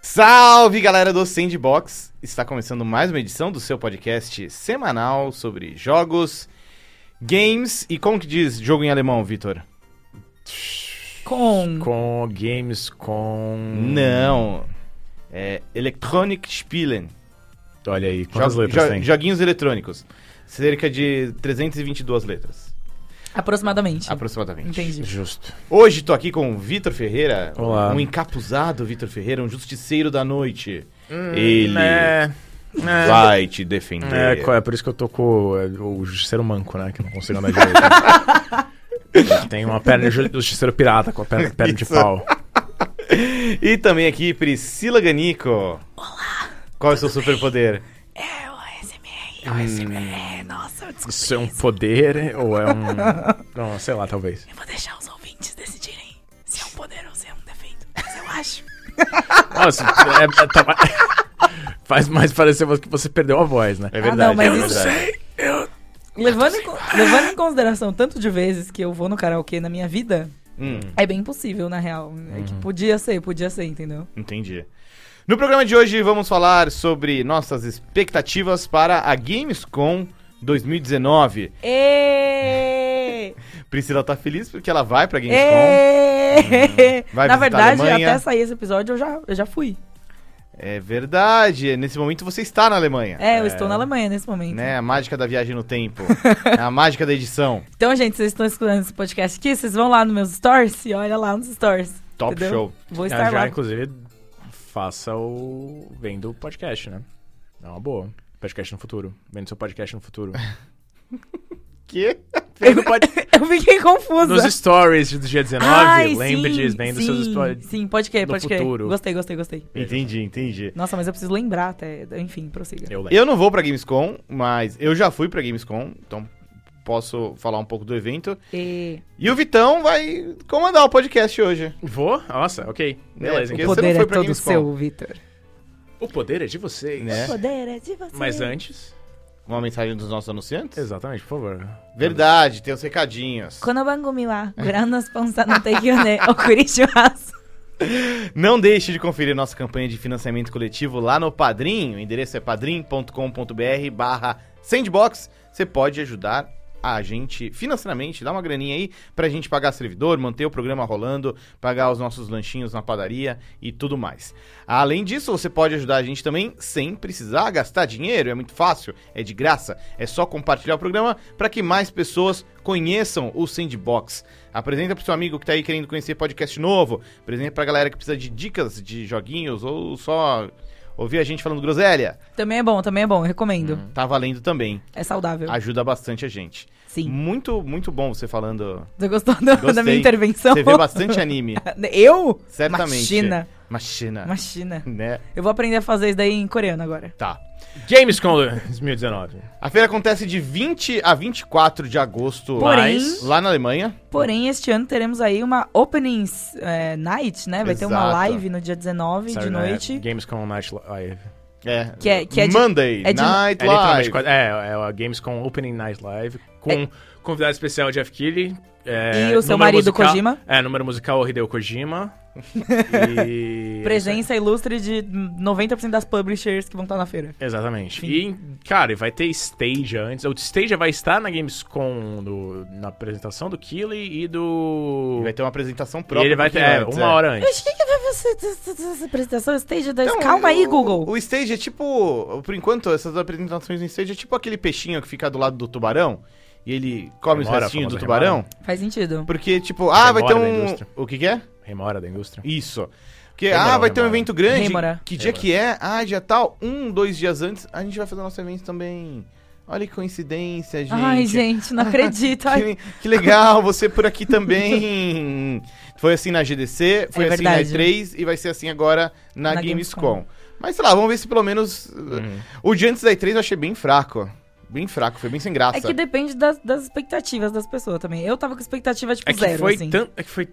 Salve galera do Sandbox! Está começando mais uma edição do seu podcast semanal sobre jogos, games e como que diz jogo em alemão, Vitor? Com. Com games com. Não. É Electronic Spielen. Olha aí, quantas Jo- letras jo- tem? Joguinhos eletrônicos. Cerca de 322 letras, Aproximadamente. aproximadamente. Entendi. Justo. Hoje tô aqui com o Vitor Ferreira, Olá. um encapuzado Vitor Ferreira, um justiceiro da noite. Ele Hum, Né? Né? vai te defender. É, co- é por isso que eu tô com é, o justiceiro manco, né? Que não consigo andar direito. tem uma perna de ju- do justiceiro pirata com a perna, perna de Isso. pau. E também aqui Priscila Ganico. Olá. Qual é o seu superpoder? É, o ASMR, o Hum. ASMR. Nossa, eu desculpa. Isso é um poder é, ou é um. Não, sei lá, talvez. Eu vou deixar os ouvintes decidirem se é um poder ou se é um defeito. Mas eu acho. Nossa, é- é- tá- faz mais parecer que você perdeu a voz, né? É verdade, não, mas é eu isso- verdade. Levando em, con- levando em consideração o tanto de vezes que eu vou no karaokê na minha vida, Hum, é bem possível, na real. É Uhum. que podia ser, podia ser, entendeu? entendi. No programa de hoje vamos falar sobre nossas expectativas para a Gamescom 2019. Ê! Priscila tá feliz porque ela vai pra Gamescom. É. Ê! Uhum. Vai visitar Na a verdade, Alemanha. até sair esse episódio, eu já, eu já fui. É verdade. Nesse momento você está na Alemanha. É, eu estou na Alemanha nesse momento. Né? A mágica da viagem no tempo. É a mágica da edição. Então, gente, vocês estão escutando esse podcast aqui, vocês vão lá nos meus stories e olha lá nos stories. Top entendeu? show. Ah, Vou Já, estar Ah, já, lá. inclusive, faça o. Vendo o podcast, né? É uma boa. Podcast no futuro. Vendo seu podcast no futuro. Que? Vendo pod... Eu fiquei confusa. Nos stories do dia 19, Ai, lembre sim, de vendo sim, seus stories. Sim, pode crer, do pode crer. futuro. Gostei, gostei, gostei. Entendi, entendi. Nossa, mas eu preciso lembrar até. Enfim, prossiga. Eu lembro. Eu não vou pra Gamescom, mas eu já fui pra Gamescom, então posso falar um pouco do evento. E... E o Vitão vai comandar o podcast hoje. Vou? Nossa, ok. É, Beleza. O porque- você não poder foi é pra todo Gamescom. seu, Vitor. O poder é de vocês. Né? É. poder é de você. Mas antes... Uma mensagem dos nossos anunciantes? Exatamente, por favor. Verdade, tem os recadinhos. Konobangumiwa, granos pansa no teikyone, okurichimasu. Não deixe de conferir nossa campanha de financiamento coletivo lá no Padrim. O endereço é padrim.com.br barra sandbox. Você pode ajudar a gente financeiramente, dá uma graninha aí pra gente pagar servidor, manter o programa rolando, pagar os nossos lanchinhos na padaria e tudo mais. Além disso, você pode ajudar a gente também sem precisar gastar dinheiro, é muito fácil, é de graça, é só compartilhar o programa para que mais pessoas conheçam o Sandbox. Apresenta pro seu amigo que tá aí querendo conhecer podcast novo, apresenta pra galera que precisa de dicas de joguinhos ou só ouvir a gente falando groselha. Também é bom, também é bom, eu recomendo. Tá valendo também, É saudável. ajuda bastante a gente. Sim. Muito, muito bom você falando. Você gostou do- da hum. Gostei. minha intervenção? Você vê bastante anime, Eu? certamente. Machina. Machina. Machina. Né? Eu vou aprender a fazer isso daí em coreano agora. Tá. Gamescom 2019. A feira acontece de 20 a 24 de agosto Porém- mas lá na Alemanha. Porém, este ano teremos aí uma opening eh, night, né? Vai ter uma Exato. live no dia 19 de Saturday Night- noite. Gamescom né? Night Live. É. Que é- que é de- Monday, é de- Night É literalmente... Live. quase- É, é a Gamescom Opening Night Live com convidado especial Jeff Keighley. é, É. E o seu número marido, musical- Kojima. É, número musical Hideo Kojima. e... né? Presença ilustre de 90% das publishers que vão estar na feira. Exatamente. E, cara, vai ter stage antes. O stage vai estar na Gamescom do- na apresentação do Killy e do. Vai ter uma apresentação e própria. né? ele vai ter porque é, antes, uma hora antes. Mas o que, que vai fazer essa apresentação? Stage 2? Então, Calma aí, o- Google. O stage é tipo, por enquanto, essas apresentações no stage é tipo aquele peixinho que fica do lado do tubarão e ele come os Remora, restinhos do famosa tubarão. remora. Faz sentido. Porque, tipo, ah, vai ter Remora da um. indústria. O que, que é? Remora da indústria. Isso. Porque, Remora, ah, vai ter um remora. evento grande. Remora. Que dia Remora. que é? Ah, dia tal. Um, dois dias antes, a gente vai fazer nosso evento também. Olha que coincidência, gente. Ai, gente, não acredito. Ai, Que, que legal, você por aqui também. Foi assim na GDC, foi É assim verdade. na E3 e vai ser assim agora na, Na Gamescom. Gamescom. Mas sei lá, vamos ver se pelo menos. O dia antes da E3 eu achei bem fraco. Bem fraco, foi bem sem graça. é que depende das, das expectativas das pessoas também. Eu tava com expectativa, tipo, É que, zero, foi assim. tan- é que foi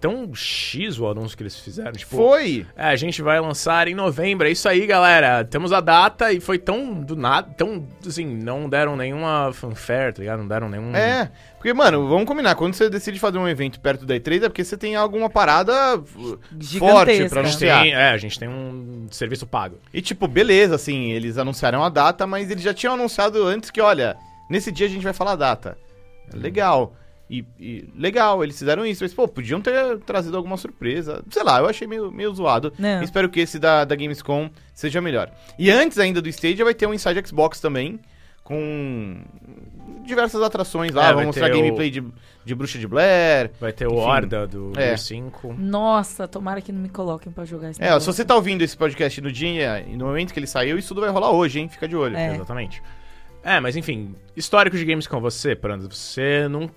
tão X o anúncio que eles fizeram. Tipo, Foi! É, a gente vai lançar em novembro. É isso aí, galera. Temos a data e foi tão do nada, tão assim, não deram nenhuma fanfare, tá ligado? Não deram nenhum. É, porque, mano, vamos combinar, quando você decide fazer um evento perto da E3 é porque você tem alguma parada uh, forte Gigantesca. pra A gente anunciar. tem, é, a gente tem um serviço pago. E tipo, beleza, assim, eles anunciaram a data, mas eles já tinham anunciado antes que, olha, nesse dia a gente vai falar a data. Legal. E, e legal, eles fizeram isso, mas pô, podiam ter trazido alguma surpresa. Sei lá, eu achei meio, meio zoado. Não. Espero que esse da, da Gamescom seja melhor. E antes ainda do Stadia vai ter um Inside Xbox também, com diversas atrações lá. É, Vão vai mostrar ter o- gameplay de, de Bruxa de Blair. Vai ter o Enfim, Horda do é. Gear 5. Nossa, tomara que não me coloquem pra jogar esse É, ó, se negócio. você tá ouvindo esse podcast no dia e no momento que ele saiu, isso tudo vai rolar hoje, hein? Fica de olho. É. Exatamente. É, mas enfim, histórico de games com você, Prandas. Você não.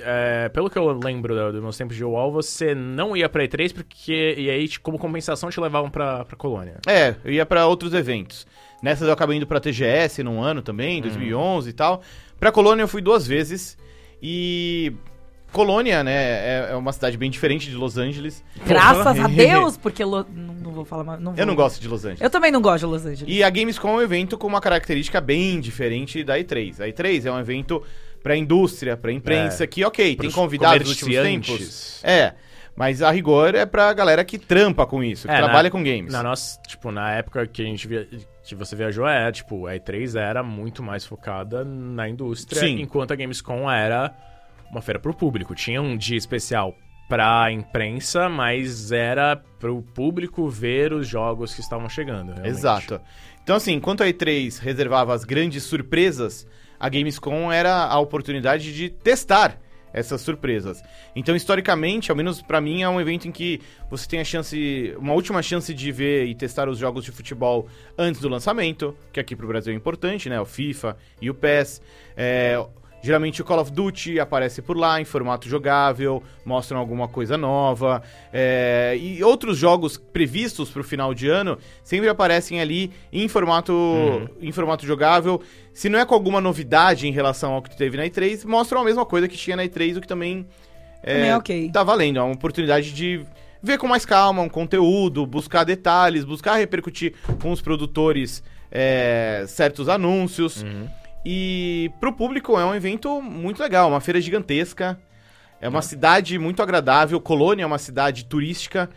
é, pelo que eu lembro da- dos meus tempos de UOL, você não ia pra E3 porque. E aí, te- como compensação, te levavam pra, pra colônia. É, eu ia pra outros eventos. Nessas eu acabei indo pra TGS num ano Uhum. também, 2011 e tal. Pra Colônia eu fui duas vezes. E Colônia, né, é- é uma cidade bem diferente de Los Angeles. Graças a Deus, porque Lo- não, não vou falar mais. Não vou. Eu não gosto de Los Angeles. Eu também não gosto de Los Angeles. E a Gamescom é um evento com uma característica bem diferente da E3. A E3 é um evento pra indústria, pra imprensa, É. que ok, tem Pros convidados nos últimos tempos. comerciantes. É, mas a rigor é pra galera que trampa com isso, que É, trabalha na- com games. Na nossa, tipo, na época que a gente via, que você viajou, é, tipo, a E3 era muito mais focada na indústria, Sim. enquanto a Gamescom era uma feira pro público. Tinha um dia especial pra imprensa, mas era pro público ver os jogos que estavam chegando. realmente. Exato. Então, assim, enquanto a E3 reservava as grandes surpresas, a Gamescom era a oportunidade de testar essas surpresas. Então, historicamente, ao menos pra mim, é um evento em que você tem a chance, uma última chance de ver e testar os jogos de futebol antes do lançamento, que aqui pro Brasil é importante, né? O FIFA e o PES. É, geralmente o Call of Duty aparece por lá em formato jogável, mostram alguma coisa nova. é, e outros jogos previstos pro final de ano sempre aparecem ali em formato, em formato jogável. Se não é com alguma novidade em relação ao que teve na E3, mostram a mesma coisa que tinha na E3, o que também Também é ok. tá valendo. É uma oportunidade de ver com mais calma um conteúdo, buscar detalhes, buscar repercutir com os produtores é, certos anúncios. E pro público é um evento muito legal, é uma feira gigantesca. É uma cidade muito agradável. Colônia é uma cidade turística.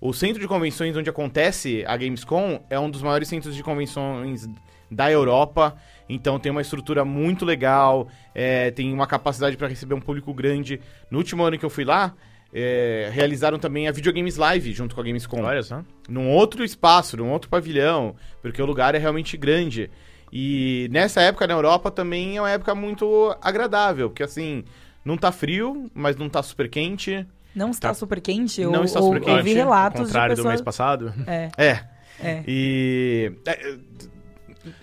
O centro de convenções onde acontece a Gamescom é um dos maiores centros de convenções da Europa. Então tem uma estrutura muito legal, é, tem uma capacidade para receber um público grande. No último ano que eu fui lá, é, realizaram também a Videogames Live junto com a Gamescom Olha só. num outro espaço, num outro pavilhão, porque o lugar é realmente grande. E nessa época na Europa também é uma época muito agradável, porque assim, não tá frio, mas não tá super quente. Não está Tá. super quente? Não eu, está eu- super quente, Eu vi Ao relatos de contrário do mês pessoas... passado. É, É. é. E. é,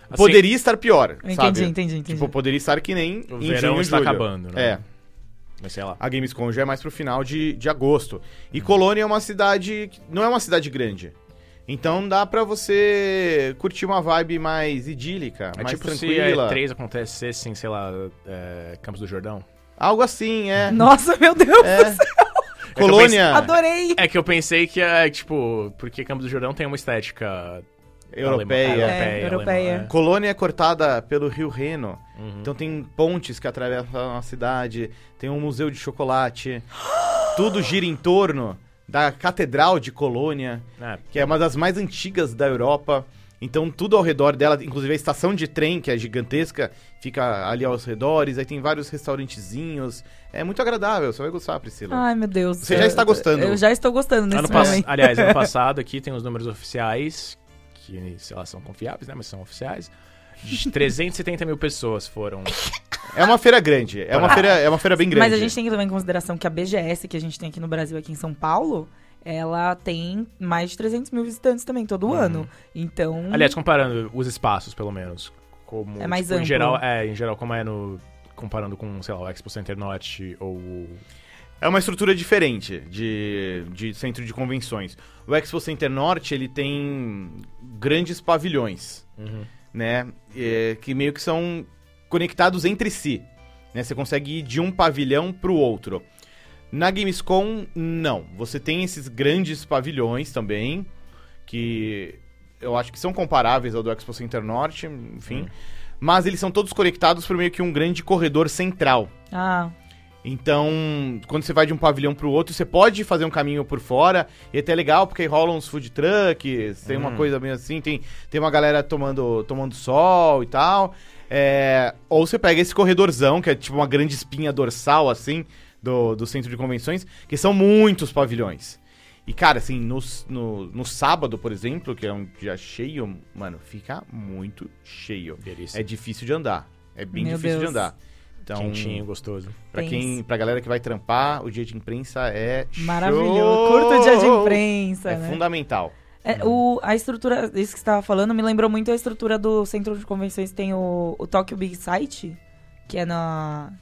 Assim, poderia estar pior. Entendi, sabe? entendi, entendi. Tipo, poderia estar que nem. O em verão junho, está julho. acabando, né? É. Mas sei lá. A Gamescom já é mais pro final de, de agosto. E Colônia é uma cidade. que- Não é uma cidade grande. Então dá pra você curtir uma vibe mais idílica, É mais tipo tranquila. se a E3 acontecesse em, sei lá, é, Campos do Jordão. Algo assim, é. Nossa, meu Deus! É. Colônia Adorei! É que eu pensei que, é, tipo, porque Campos do Jordão tem uma estética europeia. É. europeia. alemã, Colônia é cortada pelo rio Reno. é. Uhum. Então tem pontes que atravessam a cidade, tem um museu de chocolate. Tudo gira em torno da Catedral de Colônia, É, que é uma das mais antigas da Europa. Então tudo ao redor dela, inclusive a estação de trem, que é gigantesca, fica ali aos redores. Aí tem vários restaurantezinhos. É muito agradável, você vai gostar, Priscila. Ai, meu Deus. Você já está gostando. Eu já estou gostando nesse ano pass- momento. Aliás, ano passado aqui tem os números oficiais, que, sei lá, são confiáveis, né? Mas são oficiais. De 370 mil pessoas foram. Hum. É uma feira grande, é uma feira, é uma feira bem grande. Ah. Mas a gente tem que levar em consideração que a BGS, que a gente tem aqui no Brasil, aqui em São Paulo, ela tem mais de 300 mil visitantes também Hum. todo ano. Então. Aliás, comparando os espaços, pelo menos. Como, É mais tipo, amplo. Em geral, é, em geral, como é no. Comparando com, sei lá, o Expo Center Norte ou. o- É uma estrutura diferente de, de centro de convenções. O Expo Center Norte, ele tem grandes pavilhões, né? É, que meio que são conectados entre si. Né? Você consegue ir de um pavilhão pro outro. Na Gamescom, não. Você tem esses grandes pavilhões também, que eu acho que são comparáveis ao do Expo Center Norte, enfim. Mas eles são todos conectados por meio que um grande corredor central. Ah, Então, quando você vai de um pavilhão pro outro, você pode fazer um caminho por fora, e até é legal, porque aí rolam uns food trucks, tem uma coisa meio assim, tem, tem uma galera tomando, tomando sol e tal. É, ou você pega esse corredorzão, que é tipo uma grande espinha dorsal, assim, do, do centro de convenções, que são muitos pavilhões. E, cara, assim, no, s- no, no sábado, por exemplo, que é um dia cheio, mano, fica muito cheio. Delícia. É difícil de andar. É bem Meu difícil de Deus. andar. Então, Quentinho, gostoso. Pra Tem quem, isso. pra galera que vai trampar, o dia de imprensa é maravilhoso. show! Curto dia de imprensa, É né? fundamental. É, o, a estrutura, isso que você tava falando, me lembrou muito a estrutura do centro de convenções. Tem o, o Tokyo Big Sight, que é na.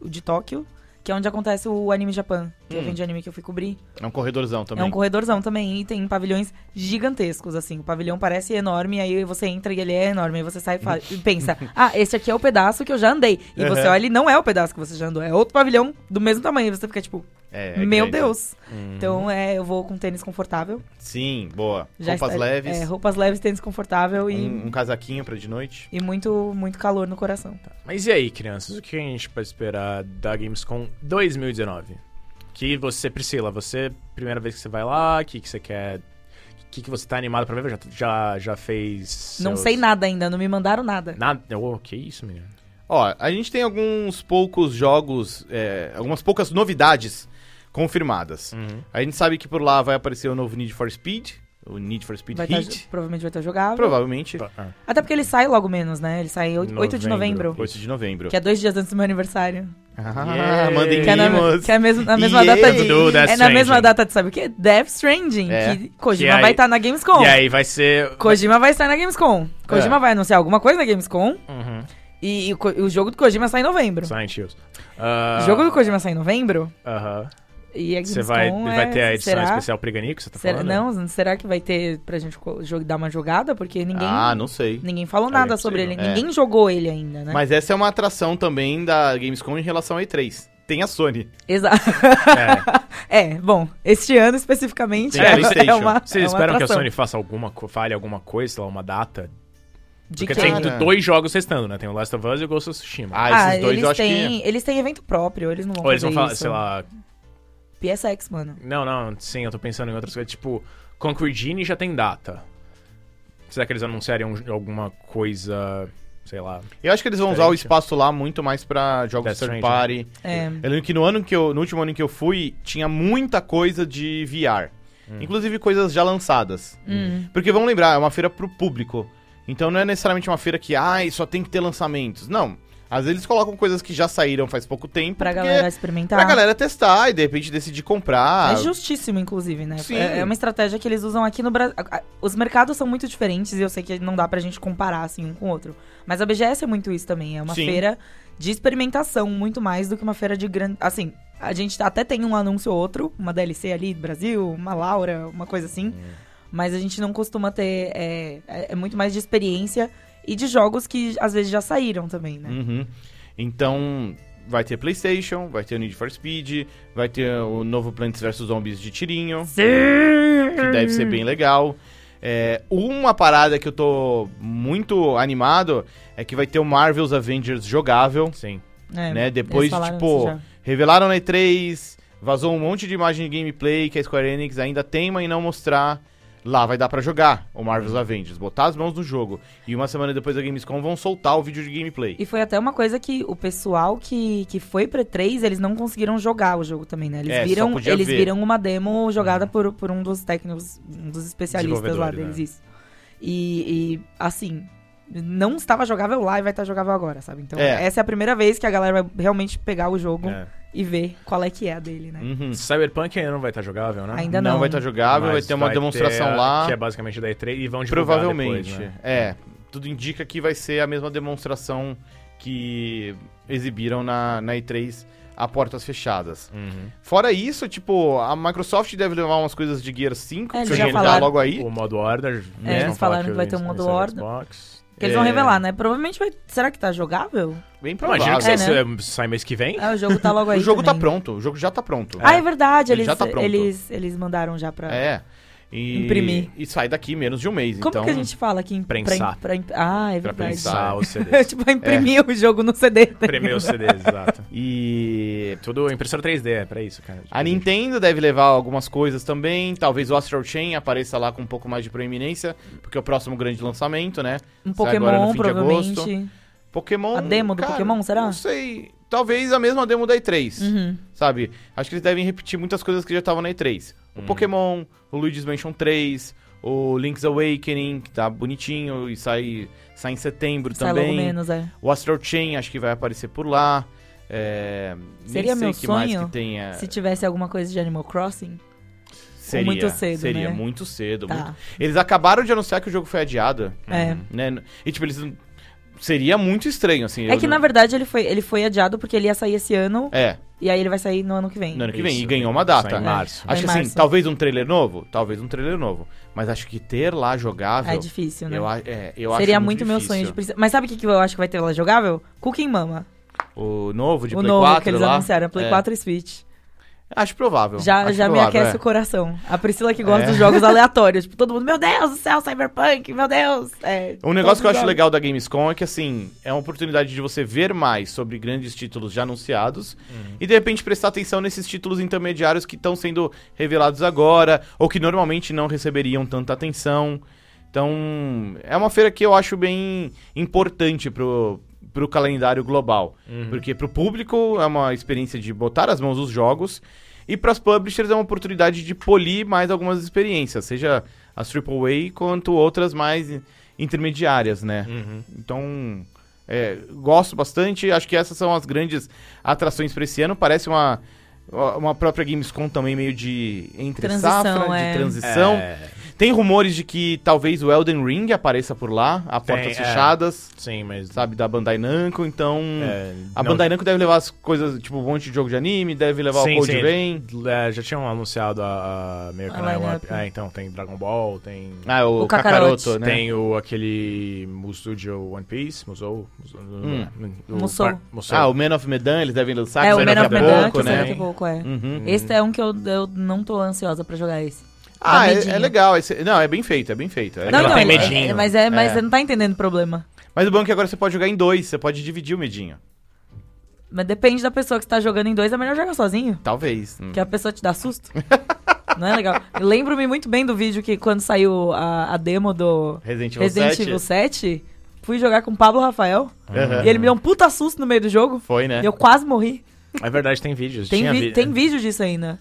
o de Tóquio, que é onde acontece o Anime Japan, que é Hum. o evento de anime que eu fui cobrir. É um corredorzão também. É um corredorzão também, e tem pavilhões gigantescos, assim. O pavilhão parece enorme, aí você entra e ele é enorme. Aí você sai e, fala- e pensa, ah, esse aqui é o pedaço que eu já andei. E você Uhum. olha e não é o pedaço que você já andou, é outro pavilhão do mesmo tamanho. E você fica tipo, É, é meu grande. Uhum. Deus. Então, é, eu vou com tênis confortável. Sim, boa. Já Roupas está- leves, É, roupas leves, tênis confortável e, Hum. um, um casaquinho pra de noite. e muito, muito calor no coração. Mas e aí, crianças, o que a gente pode esperar da Gamescom 2019? Que você, Priscila, você, primeira vez que você vai lá, o que, que você quer. O que, que você tá animado pra ver? Já, já, já fez. Não seus- sei nada ainda, não me mandaram nada. Nada. Oh, que isso, menino? Ó, a gente tem alguns poucos jogos, é, algumas poucas novidades confirmadas. Uhum. A gente sabe que por lá vai aparecer o novo Need for Speed, o Need for Speed Vai tá- Heat, provavelmente vai estar jogável. provavelmente, Ah, Até porque ele sai logo menos, né? Ele sai 8, de Novembro. novembro. 8 de novembro. Que é dois dias antes do meu aniversário. Ah, Yeah. mandem Que é na, mimos. que é mesmo- na mesma Yay! data de. Do Death É na mesma Stranding. data de sabe o quê? Death Stranding. É. Que Que Kojima aí- vai estar na Gamescom. E aí É. vai ser. Kojima vai estar na Gamescom. Kojima vai anunciar alguma coisa na Gamescom. Uhum. E, e o, co- e o jogo do Kojima sai em novembro. Silent Hills. O Ah, jogo do Kojima sai em novembro. Aham. E a Você Gamescom vai, é, vai ter a edição será? especial Priganico, você tá Será, falando? não, será que vai ter pra gente co- jo- dar uma jogada? Porque ninguém, Ah, não sei. ninguém falou É nada possível, sobre ele. é. Ninguém jogou ele ainda, né? Mas essa é uma atração também da Gamescom em relação à E3. Tem a Sony. Exato. É. É, bom, este ano especificamente Tem a PlayStation. Vocês é uma esperam que a atração. Sony faça alguma, co- fale alguma coisa, sei lá, uma data De Porque quem? tem Cara. dois jogos restando, né? Tem o Last of Us e o Ghost of Tsushima. Ah, esses dois eu eles acho que. têm, eles têm evento próprio, eles não vão Ou eles fazer vão falar, isso. sei lá... PSX, mano. Não, não, sim, eu tô pensando em outras coisas. Tipo, Concrete Genie já tem data. Será que eles anunciariam um alguma coisa, sei lá... Eu acho que eles vão usar o Diferente. espaço lá muito mais pra jogos Death third Stranding. party. né? É. Eu lembro que no ano que eu, no último ano que eu fui, tinha muita coisa de VR. Hum. Inclusive coisas já lançadas. Hum. Porque vamos lembrar, é uma feira pro público. Então não é necessariamente uma feira que, ai, só tem que ter lançamentos. Não. Às vezes eles colocam coisas que já saíram faz pouco tempo. Pra porque- galera experimentar. Pra galera testar e de repente decidir comprar. É justíssimo, inclusive, né? Sim. É é uma estratégia que eles usam aqui no Brasil. Os mercados são muito diferentes e eu sei que não dá pra gente comparar, assim, um com o outro. Mas a BGS é muito isso também. É uma Sim. feira de experimentação, muito mais do que uma feira de grande... Assim, a gente até tem um anúncio ou outro, uma DLC ali do Brasil, uma Laura, uma coisa assim. Mas a gente não costuma ter... É, é- é muito mais de experiência e de jogos que, às vezes, já saíram também, né? Uhum. Então, vai ter PlayStation, vai ter o Need for Speed, vai ter o novo Plants vs Zombies de tirinho, que deve Uhum. ser bem legal. É, uma parada que eu tô muito animado é que vai ter o Marvel's Avengers jogável, Sim. É, né? eles Depois, falaram isso tipo, já. revelaram na E3, vazou um monte de imagem de gameplay que a Square Enix ainda tem, mas não mostrar. Lá vai dar pra jogar o Marvel's Avengers, botar as mãos no jogo. E uma semana depois da Gamescom vão soltar o vídeo de gameplay. E foi até uma coisa que o pessoal que, que foi pra 3, eles não conseguiram jogar o jogo também, né? Eles, É, só viram, podia eles ver. Uhum. viram uma demo jogada por, por um dos técnicos, um dos especialistas lá deles, Desenvolvedores, né? isso. E, e, assim, não estava jogável lá e vai estar jogável agora, sabe? Então, É. essa é a primeira vez que a galera vai realmente pegar o jogo É. e ver qual é que é a dele, né? Uhum. Cyberpunk ainda não vai estar jogável, né? Ainda não, não. vai estar jogável, Mas vai ter uma vai demonstração ter a- lá, Que é basicamente da E3 e vão divulgar provavelmente. depois, né? É, tudo indica que vai ser a mesma demonstração que exibiram na, na E3 a portas fechadas. Uhum. Fora isso, tipo, a Microsoft deve levar umas coisas de Gear 5, É, que eles já já falaram. logo aí. O modo eles Order... vão falar É, falaram que vai eles ter um modo lançaram no Order. Xbox. Que eles vão É. revelar, né? Provavelmente vai. Será que tá jogável? Bem provável. Imagina que É, sai, sai mês que vem. Ah, o jogo tá logo aí. o jogo tá também. pronto, o jogo já tá pronto. Ah, é verdade. Ele Eles, já tá pronto. eles, eles mandaram já pra. É. E, Imprimir. E sai daqui menos de um mês, Como então. que a gente fala aqui? em- pra Prensar. im- Pra, im- ah, é Pra verdade. prensar. É. Sai o CD. tipo, imprimir o jogo no CD. tá Premeu o CD, exato. E Tudo impressora 3D, é pra isso, cara. a Nintendo deve levar algumas coisas também. Talvez o Astral Chain apareça lá com um pouco mais de proeminência, porque é o próximo grande lançamento, né? Um Sai agora no Pokémon, fim de agosto. provavelmente. Pokémon. A demo do cara, Pokémon, será? Não sei. Talvez a mesma demo da E3, Uhum. sabe? Acho que eles devem repetir muitas coisas que já estavam na E3. Uhum. O Pokémon, o Luigi's Mansion 3, o Link's Awakening, que tá bonitinho e sai, sai em setembro Sai também. logo menos, é. O Astral Chain acho que vai aparecer por lá. É, nem Seria sei meu que mais sonho que tenha. Se tivesse alguma coisa de Animal Crossing, Seria, muito cedo, Seria né? muito cedo. tá. muito- Eles acabaram de anunciar que o jogo foi adiado, É. né? E tipo, eles. Seria muito estranho, assim. É eu que não- na verdade ele foi, ele foi adiado porque ele ia sair esse ano É, e aí ele vai sair no ano que vem. no ano que vem. é Isso, E ganhou uma data. Sai em É. março. Lá Acho em que assim, março. talvez um trailer novo, talvez um trailer novo. Mas acho que ter lá jogável. É difícil, né? eu, a- é, eu Seria acho muito, muito meu difícil. sonho de princesa. Mas sabe o que, que eu acho que vai ter lá jogável? Cooking Mama. O novo de o Play novo 4 que eles lá. anunciaram, Play É. 4 e Switch. Acho provável. Já, acho já me provável, aquece é. o coração. A Priscila que É. gosta dos jogos aleatórios. Tipo, todo mundo, meu Deus do céu, Cyberpunk, meu Deus. É, Um negócio que eu todos acho os jogos. legal da Gamescom é que, assim, é uma oportunidade de você ver mais sobre grandes títulos já anunciados e, de repente, prestar atenção nesses títulos intermediários que estão sendo revelados agora ou que normalmente não receberiam tanta atenção. Então, é uma feira que eu acho bem importante pro, pro calendário global. Uhum. Porque pro público é uma experiência de botar as mãos os jogos e pras publishers é uma oportunidade de polir mais algumas experiências, seja as AAA quanto outras mais i- intermediárias, né? Uhum. Então, é, gosto bastante. Acho que essas são as grandes atrações pra esse ano. Parece uma, uma própria Gamescom também meio de entre Transição, safra, é. de transição. É, Tem rumores de que talvez o Elden Ring apareça por lá, a Tem, portas é. fechadas, sim, mas... sabe, da Bandai Namco, então... é, A não, Bandai Namco deve levar as coisas, tipo, um monte de jogo de anime, deve levar Sim, o Code sim. Vein. é, já tinham anunciado a, a meio que A na lineup. lineup. É, então, tem Dragon Ball, tem... Ah, o, O Kakaroto, Kakaroto, né? Tem o, aquele o Studio One Piece, Musou. Musou- Hum. o- Musou. par- Musou. Ah, o Man of Medan, eles devem lançar, É, tá? que sai o Man daqui of a Medan, pouco, que sai né? daqui a pouco, é. Uhum. Esse é um que eu, eu não tô ansiosa pra jogar esse. Ah, é, medinho. é legal. esse- Não, é bem feito, é bem feito. É Não, legal. não, tem é- medinho. é- mas é, mas É. você não tá entendendo o problema. Mas o bom é que agora você pode jogar em dois, você pode dividir o medinho. Mas depende da pessoa que você tá jogando em dois, é melhor jogar sozinho. Talvez. Hum. Que a pessoa te dá susto. não é legal. Eu Lembro-me muito bem do vídeo que quando saiu a, a demo do Resident Evil Resident 7. Evil 7, fui jogar com o Pablo Rafael. Aham. Uhum. E ele me deu um puta susto no meio do jogo. Uhum. Foi, né? E eu quase morri. É verdade, tem vídeos. Tem, Tinha vi- vi- é, tem vídeo disso ainda.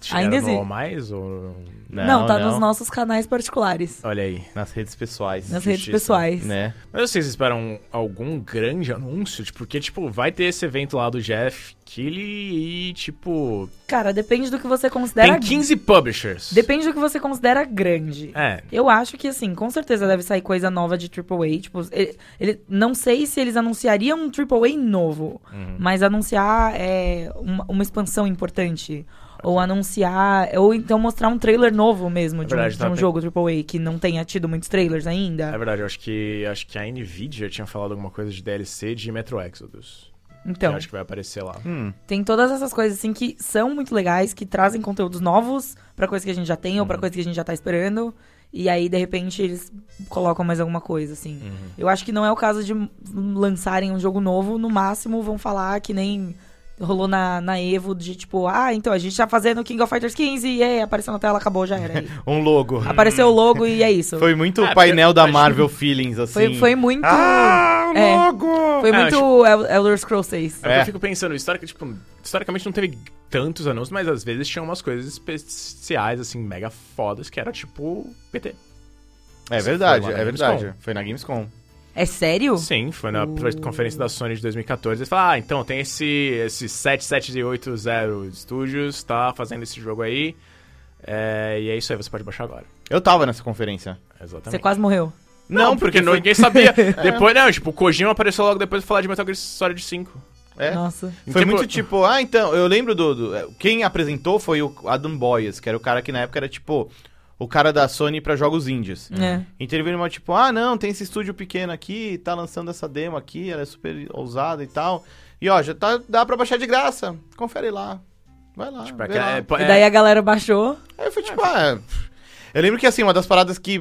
Tinha ainda no existe. All mais ou... Não, tá nos nossos canais particulares. Olha aí. Nas redes pessoais. Nas redes justiça, pessoais. Né? Mas vocês esperam algum grande anúncio? Tipo, Porque, tipo, vai ter esse evento lá do Jeff Keighley e, tipo... Cara, depende do que você considera. Tem 15 publishers. Depende do que você considera grande. É. Eu acho que, assim, com certeza deve sair coisa nova de AAA. Tipo, ele, ele- não sei se eles anunciariam um AAA novo, Uhum. mas anunciar é, uma, uma expansão importante. Ou anunciar. Ou então mostrar um trailer novo mesmo É de, um- verdade, de um, tá, tem- jogo AAA que não tenha tido muitos trailers É ainda. verdade, eu acho que, acho que a NVIDIA tinha falado alguma coisa de DLC de Metro Exodus. Que Então, eu acho que vai aparecer lá. Hum. tem todas essas coisas, assim, que são muito legais, que trazem conteúdos novos pra coisa que a gente já tem ou Uhum. pra coisa que a gente já tá esperando. E aí, de repente, eles colocam mais alguma coisa, assim. Uhum. Eu acho que não é o caso de m- lançarem um jogo novo, no máximo vão falar que nem rolou na, na Evo de tipo, ah, então a gente tá fazendo King of Fighters 15 e aí apareceu na tela, acabou, já era. E Um logo. apareceu o logo e é isso. Foi muito É, painel porque- da acho que- Marvel Feelings, assim. Foi, foi muito. Ah, um É. logo! Foi Ah, muito El- Elder Scrolls 6. É. É. Eu fico pensando, historica- tipo, historicamente não teve tantos anúncios, mas às vezes tinha umas coisas especiais, assim, mega fodas, que era tipo PT. É verdade, Foi lá é na verdade. Gamescom. Foi na Gamescom. É sério? Sim, foi na Uh. conferência da Sony de 2014. Eles falaram, ah, então tem esse, esse 7780 Studios, tá fazendo esse jogo aí. É, e é isso aí, você pode baixar agora. Eu tava nessa conferência. Você Exatamente. quase morreu. Não, porque foi- ninguém sabia. Depois, não, tipo, o Kojima apareceu logo depois de falar de Metal Gear Solid 5. É. Nossa. Foi Tipo- muito tipo, ah, é, então, eu lembro do, do- Quem apresentou foi o Adam Boyes, que era o cara que na época era tipo o cara da Sony pra jogos indies. É. Então ele veio numa tipo, ah, não, tem esse estúdio pequeno aqui, tá lançando essa demo aqui, ela é super ousada e tal. E ó, já tá, dá pra baixar de graça. Confere lá. Vai lá. Tipo, vê é, lá. é, E daí a galera baixou. Aí eu fui tipo, ah. Eu lembro que assim, uma das paradas que,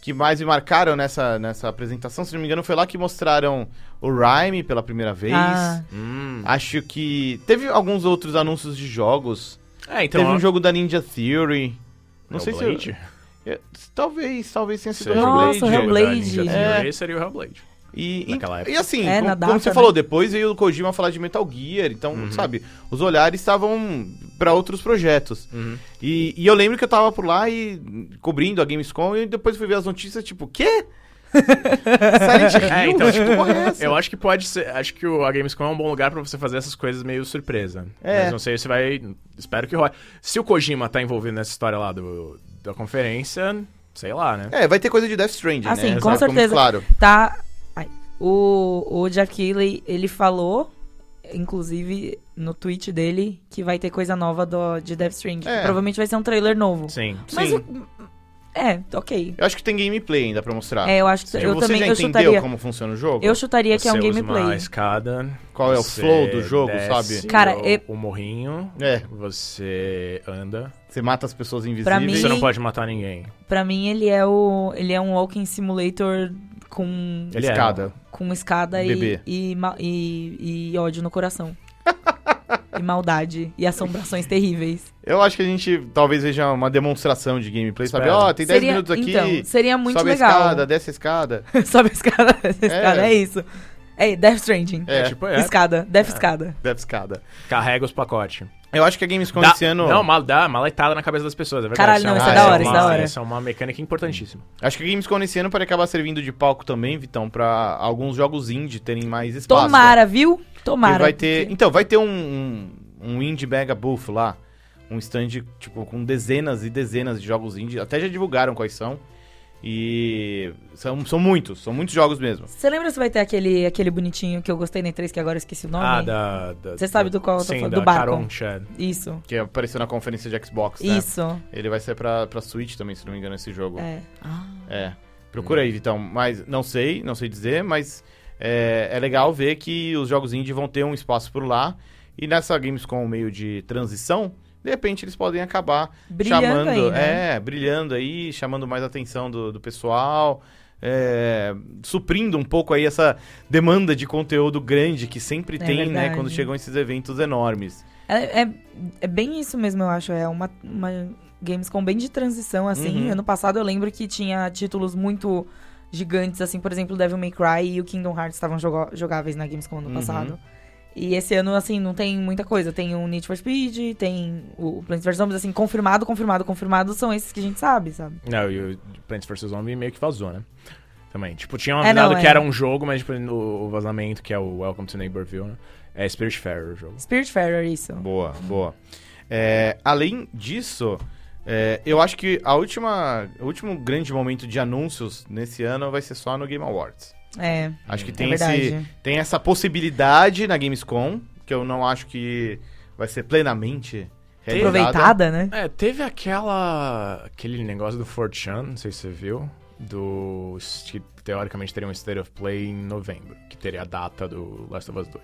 que mais me marcaram nessa, nessa apresentação, se não me engano, foi lá que mostraram o Rhyme pela primeira vez. Ah. Hum. Acho que. Teve alguns outros anúncios de jogos. É, então. teve ó, um jogo da Ninja Theory. Não é o sei se. Blade? Eu, eu- talvez, talvez tenha sido Seja o Nossa, Hellblade. Hellblade. Da Ninja É. Theory seria o Hellblade. E, Naquela e- e época. assim, É, co- na como, data, você né? falou, depois veio o Kojima falar de Metal Gear, então, Uhum. sabe, os olhares estavam pra outros projetos. Uhum. E, e eu lembro que eu tava por lá e cobrindo a Gamescom e depois fui ver as notícias, tipo, quê? Silent Hill? É, então, Que porra é essa? Eu acho que pode ser. Acho que o- a Gamescom é um bom lugar pra você fazer essas coisas meio surpresa. É. Mas não sei se vai. Espero que role. Se o Kojima tá envolvido nessa história lá do, da conferência, sei lá, né? É, vai ter coisa de Death Stranding, Assim, né? com Sabe, como certeza. Claro. Tá. Ai. O, o Jeff Keighley, ele falou, inclusive no tweet dele, que vai ter coisa nova do, de Death Stranding. É. Provavelmente vai ser um trailer novo. Sim. Mas Sim. o- É, ok. Eu acho que tem gameplay ainda pra mostrar. É, eu acho que Tipo, eu você também já eu entendeu chutaria. como funciona o jogo? Eu chutaria que é um Você usa Uma gameplay. escada. Qual é o você flow do jogo, desce sabe? Cara, o, e- o morrinho. É, Você anda. você mata as pessoas invisíveis. mim- Você não pode matar ninguém. Pra mim ele é o ele é um walking simulator com Ele é. Escada. com escada e, Bebê. e, ma- e, e ódio no coração. e maldade e assombrações terríveis. Eu acho que a gente talvez veja uma demonstração de gameplay, sabe? Espero. Ó, tem 10 minutos aqui, Então, seria muito sobe a legal. escada, desce a escada. Sobe a escada, desce a escada, é isso. É, Death Stranding. É, tipo, é. Escada, Death Escada. Deve escada. Carrega os pacotes. Eu acho que a Gamescom Dá- esse ano... Não, mal, dá maletada na cabeça das pessoas, é verdade. Caralho, é não, uma- isso é da hora, uma- isso é da hora. Isso é uma mecânica importantíssima. Acho que a Gamescom esse ano pode acabar servindo de palco também, Vitão, pra alguns jogos indie terem mais espaço. Tomara, viu? E Tomara. vai ter... porque- Então, vai ter um, um, um indie mega buff lá. Um stand, tipo, com dezenas e dezenas de jogos indie. Até já divulgaram quais são. E... São, são muitos. São muitos jogos mesmo. Você lembra se vai ter aquele, aquele bonitinho que eu gostei na E3, que agora eu esqueci o nome? Ah, da. da- Você sabe do qual eu tô sim, falando, da do barco. Caroncha. Isso. Que apareceu na conferência de Xbox, né? Isso. Ele vai ser pra, pra Switch também, se não me engano, esse jogo. É. Ah. É. Procura aí, Vitão. Mas não sei, não sei dizer, mas é, é legal ver que os jogos indie vão ter um espaço por lá. E nessa Gamescom meio de transição, de repente eles podem acabar Brilhando chamando. aí, né? É, brilhando aí, chamando mais atenção do, do pessoal. é, suprindo um pouco aí essa demanda de conteúdo grande que sempre É tem, né, verdade. quando chegam esses eventos enormes. É, é, é bem isso mesmo, eu acho. É uma, uma Gamescom bem de transição, assim. Uhum. Ano passado eu lembro que tinha títulos muito gigantes, assim, por exemplo, Devil May Cry e o Kingdom Hearts estavam jogo- jogáveis na Gamescom ano Uhum. passado. E esse ano, assim, não tem muita coisa. Tem o Need for Speed, tem o Plants vs. Zombies, assim, confirmado, confirmado, confirmado, são esses que a gente sabe, sabe? Não, e o Plants vs. Zombie meio que vazou, né? Também. Tipo, tinha um É, não, avisado que é. era um jogo, mas tipo, no, o vazamento, que é o Welcome to Neighborville, né? É Spiritfarer o jogo. Spiritfarer, isso. Boa, boa. É, além disso, é, eu acho que a última, o último grande momento de anúncios nesse ano vai ser só no Game Awards. É, Acho que É tem, é verdade. esse, tem essa possibilidade na Gamescom, que eu não acho que vai ser plenamente realizada. Aproveitada, né? É, teve aquela. aquele negócio do 4chan, não sei se você viu. Do. que teoricamente teria um State of Play em novembro, que teria a data do Last of Us 2.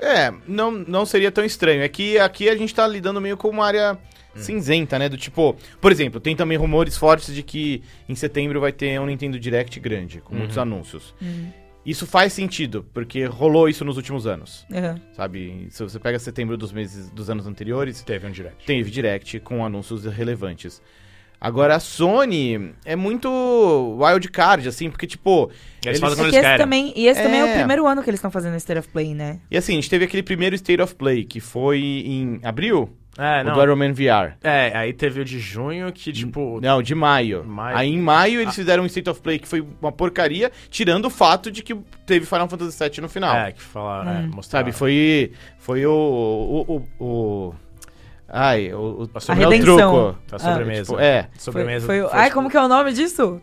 É, não, não seria tão estranho. É que aqui a gente tá lidando meio com uma área Hum. cinzenta, né? Do tipo, por exemplo, tem também rumores fortes de que em setembro vai ter um Nintendo Direct grande, com muitos Uhum. anúncios. Uhum. Isso faz sentido, porque rolou isso nos últimos anos, Uhum. sabe? Se você pega setembro dos meses dos anos anteriores, Teve um direct. teve direct com anúncios relevantes. Agora a Sony é muito wild card assim, porque tipo, Eles- Eles fazem É quando que eles esse querem. também, e esse também é É. o primeiro ano que eles estão fazendo State of Play, né? e assim, a gente teve aquele primeiro State of Play que foi em abril, É, o do não. Iron Man VR. É, aí teve o de junho, que tipo. Não, de maio. Maio. Aí em maio Ah. eles fizeram um State of Play que foi uma porcaria, tirando o fato de que teve Final Fantasy VII no final. É, que falaram, Hum. é, mostraram. Sabe, tá. foi. Foi o. o, o, o- ai, o. o A não é o redenção. truco. Tá Ah, sobremesa. Tipo, é, Sobremesa. Foi, foi, foi, ai, tipo, como que é o nome disso?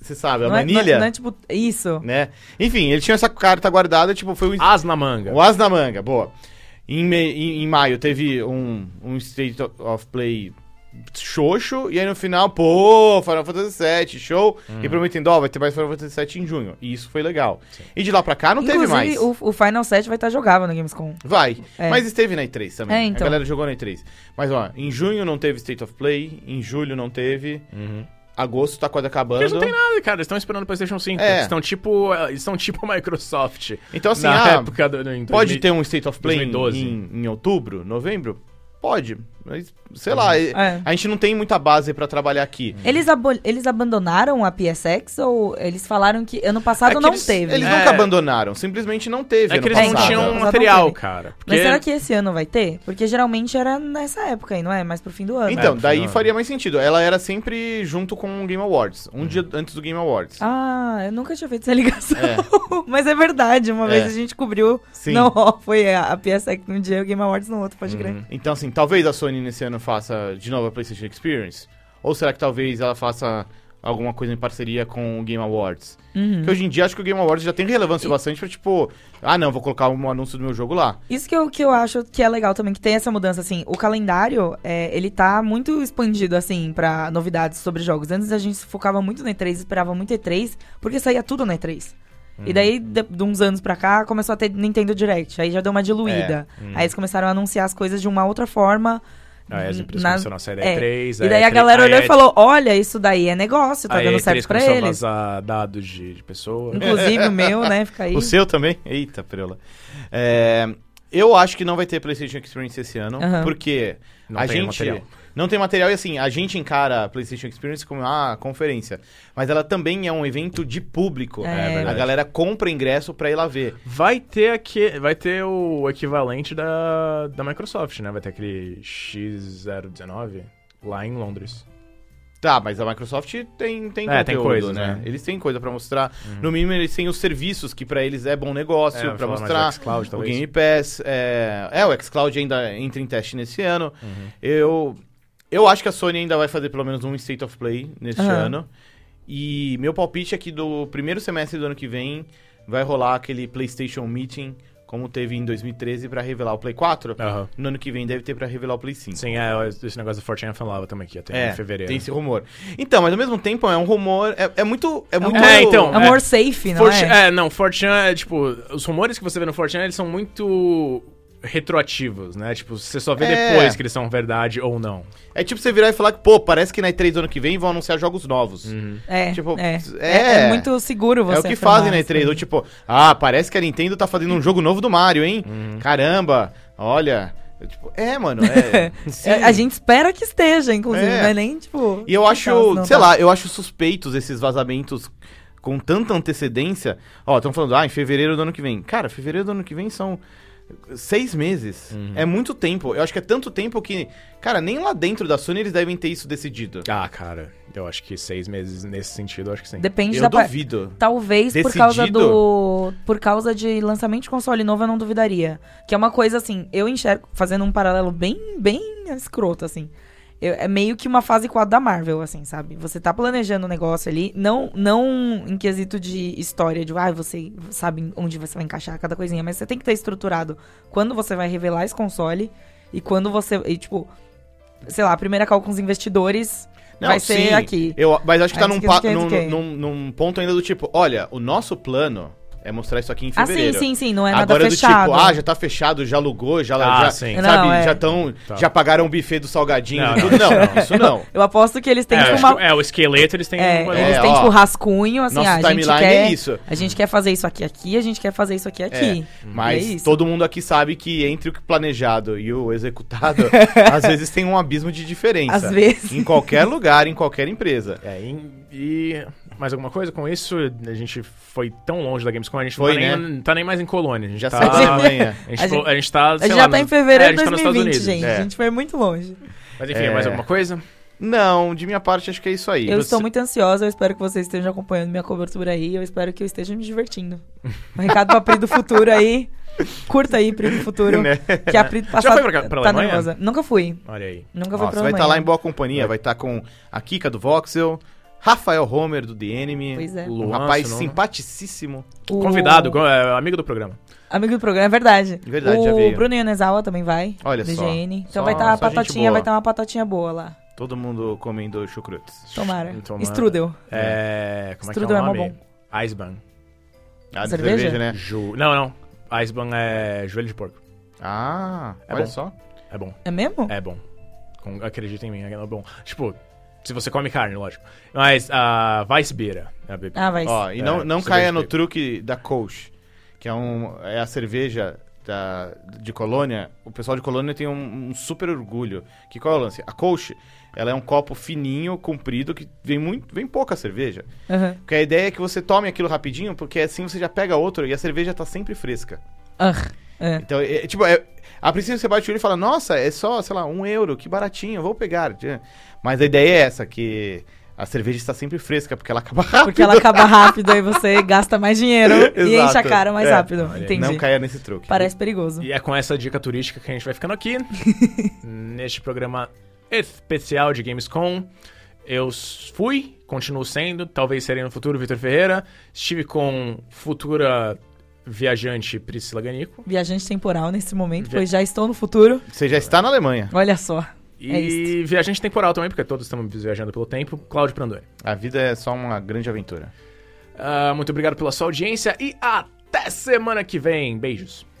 você sabe, a não, é, não, manilha, é, não é tipo. Isso. né? Enfim, ele tinha essa carta guardada, tipo, foi o, As na manga. o as na manga, boa. Em, me- em, em maio teve um, um State of Play xoxo, e aí no final, pô, Final Fantasy VII, show. Hum. E prometendo, ó, vai ter mais Final Fantasy VII em junho. E isso foi legal. E de lá pra cá não teve mais. Inclusive, o, o Final 7 vai estar jogável no Gamescom. Vai. É. Mas esteve na E3 também. É, então. A galera jogou na E3. Mas ó, em junho não teve State of Play, em julho não teve, Uhum. agosto tá quase acabando. Eles não tem nada, cara. Eles estão esperando o PlayStation 5. É. Eles estão tipo, eles estão tipo a Microsoft. Então assim, na ah, época do, em pode 2000. ter um State of Play em- 2012. em, em outubro, novembro? Pode. Mas, sei lá, e- É. a gente não tem muita base pra trabalhar aqui. Eles, abo- eles abandonaram a PSX ou eles falaram que ano É passado que não eles- teve? né? Eles É. nunca abandonaram, simplesmente não teve É ano que eles não passado. tinham Mas material, não teve. cara. Mas porque- será que esse ano vai ter? Porque geralmente era nessa época aí, não é? Mais pro fim do ano. Então, É, daí não. faria mais sentido. Ela era sempre junto com o Game Awards. Uhum. Um dia antes do Game Awards. Ah, eu nunca tinha feito essa ligação. É. Mas é verdade, uma É. vez a gente cobriu. Sim. Não, ó, foi a, a PSX num dia e o Game Awards no outro, pode crer. Então, assim, talvez a Sony nesse ano faça de novo a PlayStation Experience. Ou será que talvez ela faça alguma coisa em parceria com o Game Awards? Uhum. Porque hoje em dia acho que o Game Awards já tem relevância bastante pra tipo, ah não, vou colocar um anúncio do meu jogo lá. Isso que eu, que eu acho que é legal também, que tem essa mudança, assim. O calendário, é, ele tá muito expandido, assim, pra novidades sobre jogos. Antes a gente se focava muito na E3, esperava muito E3, porque saía tudo na E3. E daí, de, de uns anos pra cá, começou a ter Nintendo Direct. Aí já deu uma diluída. Aí eles começaram a anunciar as coisas de uma outra forma. Aí Ah, é as empresas Uhum. na- começaram a sair da é. E3. E daí a galera olhou e falou: olha, isso daí é negócio, tá aí dando a certo E3 pra começou a eles. vazar dados de, de pessoas. Inclusive o meu, né? Fica aí. O seu também? Eita, preula. É, eu acho que não vai ter PlayStation Experience esse ano, Aham. porque Não a tem gente material. não tem material e assim, a gente encara a PlayStation Experience como a conferência, mas ela também é um evento de público. É. É a verdade. galera compra ingresso pra ir lá ver. Vai ter aqui, vai ter o equivalente da, da Microsoft, né? Vai ter aquele X019 lá em Londres. Tá, mas a Microsoft tem, tem É, conteúdo, tem coisas, né? né? Uhum. Eles têm coisa pra mostrar. No mínimo, eles têm os serviços que pra eles é bom negócio, É, pra falar mais mostrar. do xCloud, o talvez. Game Pass. É... é, o xCloud ainda entra em teste nesse ano. Uhum. Eu... Eu acho que a Sony ainda vai fazer pelo menos um State of Play neste Aham. ano. E meu palpite é que do primeiro semestre do ano que vem vai rolar aquele PlayStation Meeting, como teve em 2013, pra revelar o Play 4. Aham. No ano que vem deve ter pra revelar o Play 5. Ah. Sim, é, esse negócio da Fortnite falava também que ia ter em fevereiro. Tem esse rumor. Então, mas ao mesmo tempo é um rumor. É, é muito. um É, muito. É, então, Amor safe, não Fortune- é? é, não, Fortune é tipo, os rumores que você vê no Fortune eles são muito retroativos, né? Tipo, você só vê É. depois que eles são verdade ou não. É tipo você virar e falar que, pô, parece que na E3 do ano que vem vão anunciar jogos novos. Uhum. É, Tipo, é. é. É- é muito seguro você É o que afirmar fazem na isso. E3. Ou tipo, ah, parece que a Nintendo tá fazendo um jogo novo do Mario, hein? Caramba, olha. Eu, tipo, é, mano. É, sim. É, A gente espera que esteja, inclusive, É. não é nem, tipo... E eu aquelas acho, não sei tá- lá, eu acho suspeitos esses vazamentos com tanta antecedência. Ó, estão falando, ah, em fevereiro do ano que vem. Cara, fevereiro do ano que vem são seis meses. É muito tempo. Eu acho que é tanto tempo que, cara, nem lá dentro da Sony eles devem ter isso decidido. Ah, cara, eu acho que seis meses nesse sentido, eu acho que sim. Depende da... Eu pa- duvido. Talvez por Decidido? causa do... Por causa de lançamento de console novo, eu não duvidaria. Que é uma coisa, assim, eu enxergo... Fazendo um paralelo bem, bem escroto, assim. Eu- é meio que uma fase 4 da Marvel, assim, sabe? Você tá planejando o negócio ali, não, não em quesito de história, de, ah, você sabe onde você vai encaixar cada coisinha, mas você tem que ter estruturado quando você vai revelar esse console e quando você, e, tipo, sei lá, a primeira call com os investidores Não, vai ser sim. aqui. Eu, mas acho que Ah, tá num, esquece pa- quem, num, quem. num- num ponto ainda do tipo, olha, o nosso plano é mostrar isso aqui em Ah, sim, fevereiro. sim, sim, não é Agora nada do fechado. tipo, ah, já tá fechado, já alugou, já, Ah, já sim. sabe, Não, é. já tão, Tá. já pagaram o buffet do salgadinho Não, e tudo. Não, não, isso não. Eu aposto que eles têm é, tipo, acho uma. que- é, o esqueleto eles têm. É, uma- eles É, têm, ó, tipo, rascunho, assim, Nosso ah, a gente timeline quer. é isso. A gente quer fazer isso aqui aqui, a gente quer fazer isso aqui aqui. Mas E é isso. todo mundo aqui sabe que entre o planejado e o executado, às vezes tem um abismo de diferença. Às vezes. Em qualquer lugar, em qualquer empresa. É, e, e mais alguma coisa com isso? A gente foi tão longe da Gamescom, a gente Foi, não né? tá, nem, não tá nem mais em colônia, a gente Já tá... sai de amanhã. A gente, A fo- gente- a gente tá, A sei gente lá, já tá no- em fevereiro é, de a gente tá nos 2020, Estados Unidos. gente. é. A gente foi muito longe. Mas enfim, É. mais alguma coisa? Não, de minha parte acho que é isso aí. Eu Você- estou muito ansiosa, eu espero que vocês estejam acompanhando minha cobertura aí. Eu espero que eu esteja me divertindo. Um recado pra Pri do futuro aí. Curta aí, Pri do futuro. Né? Que a Pri do passado foi pra cá- pra tá Alemanha? nervosa. Nunca fui. Olha aí. Nunca fui Ó, pra né? você vai estar lá em Alemanha. boa É. companhia, vai estar com a Kika do Voxel, Rafael Homer do The Enemy, Pois é. um Luan, rapaz seu nome? simpaticíssimo. O- Convidado, co- é, amigo do programa. Amigo do programa, é verdade. Verdade, o já veio. Bruno Yonezawa também vai. Olha do só. IGN. Então Só- vai estar a só gente patotinha, boa. vai estar uma patotinha boa lá. Todo mundo comendo chucrutes. Tomara. Tomara. Strudel. É, como Strudel é é que é o mó nome? Iceban. Ah, de Cerveja? né? Ju... Não, não. Iceban é joelho de porco. Ah, É olha bom. só. É bom. É mesmo? É bom. Com- Acredita em mim, é bom. Tipo, se você come carne, lógico. Mas a Weissbier é a bebida. Ah, vai. Ó, e não, É, não cerveja caia no de- truque da Coach, que é, um, é a cerveja da, de Colônia. O pessoal de Colônia tem um, um super orgulho. Que qual é o lance? A Coach, ela é um copo fininho, comprido, que vem, muito, vem pouca cerveja. Aham. Porque a ideia é que você tome aquilo rapidinho, porque assim você já pega outro e a cerveja tá sempre fresca. Ah, é. Então, é, é, tipo, é- a princípio você bate o olho e fala, nossa, é só, sei lá, um euro, que baratinho, vou pegar. Mas a ideia é essa, que a cerveja está sempre fresca, porque ela acaba rápido. Porque ela acaba rápido aí você gasta mais dinheiro e Exato. enche a cara mais É. rápido. aí. Entendi. Não caia nesse truque. Parece perigoso. E é com essa dica turística que a gente vai ficando aqui. neste programa especial de Gamescom. Eu s- fui, continuo sendo, talvez serei no futuro, Vitor Ferreira. Estive com futura viajante Priscila Ganico. Viajante temporal nesse momento, Via- pois já estou no futuro. Você já está na Alemanha. Olha só. E É isto. viajante temporal também, porque todos estamos viajando pelo tempo. Cláudio Prandoni. A vida é só uma grande aventura. Ah, muito obrigado pela sua audiência e até semana que vem. Beijos.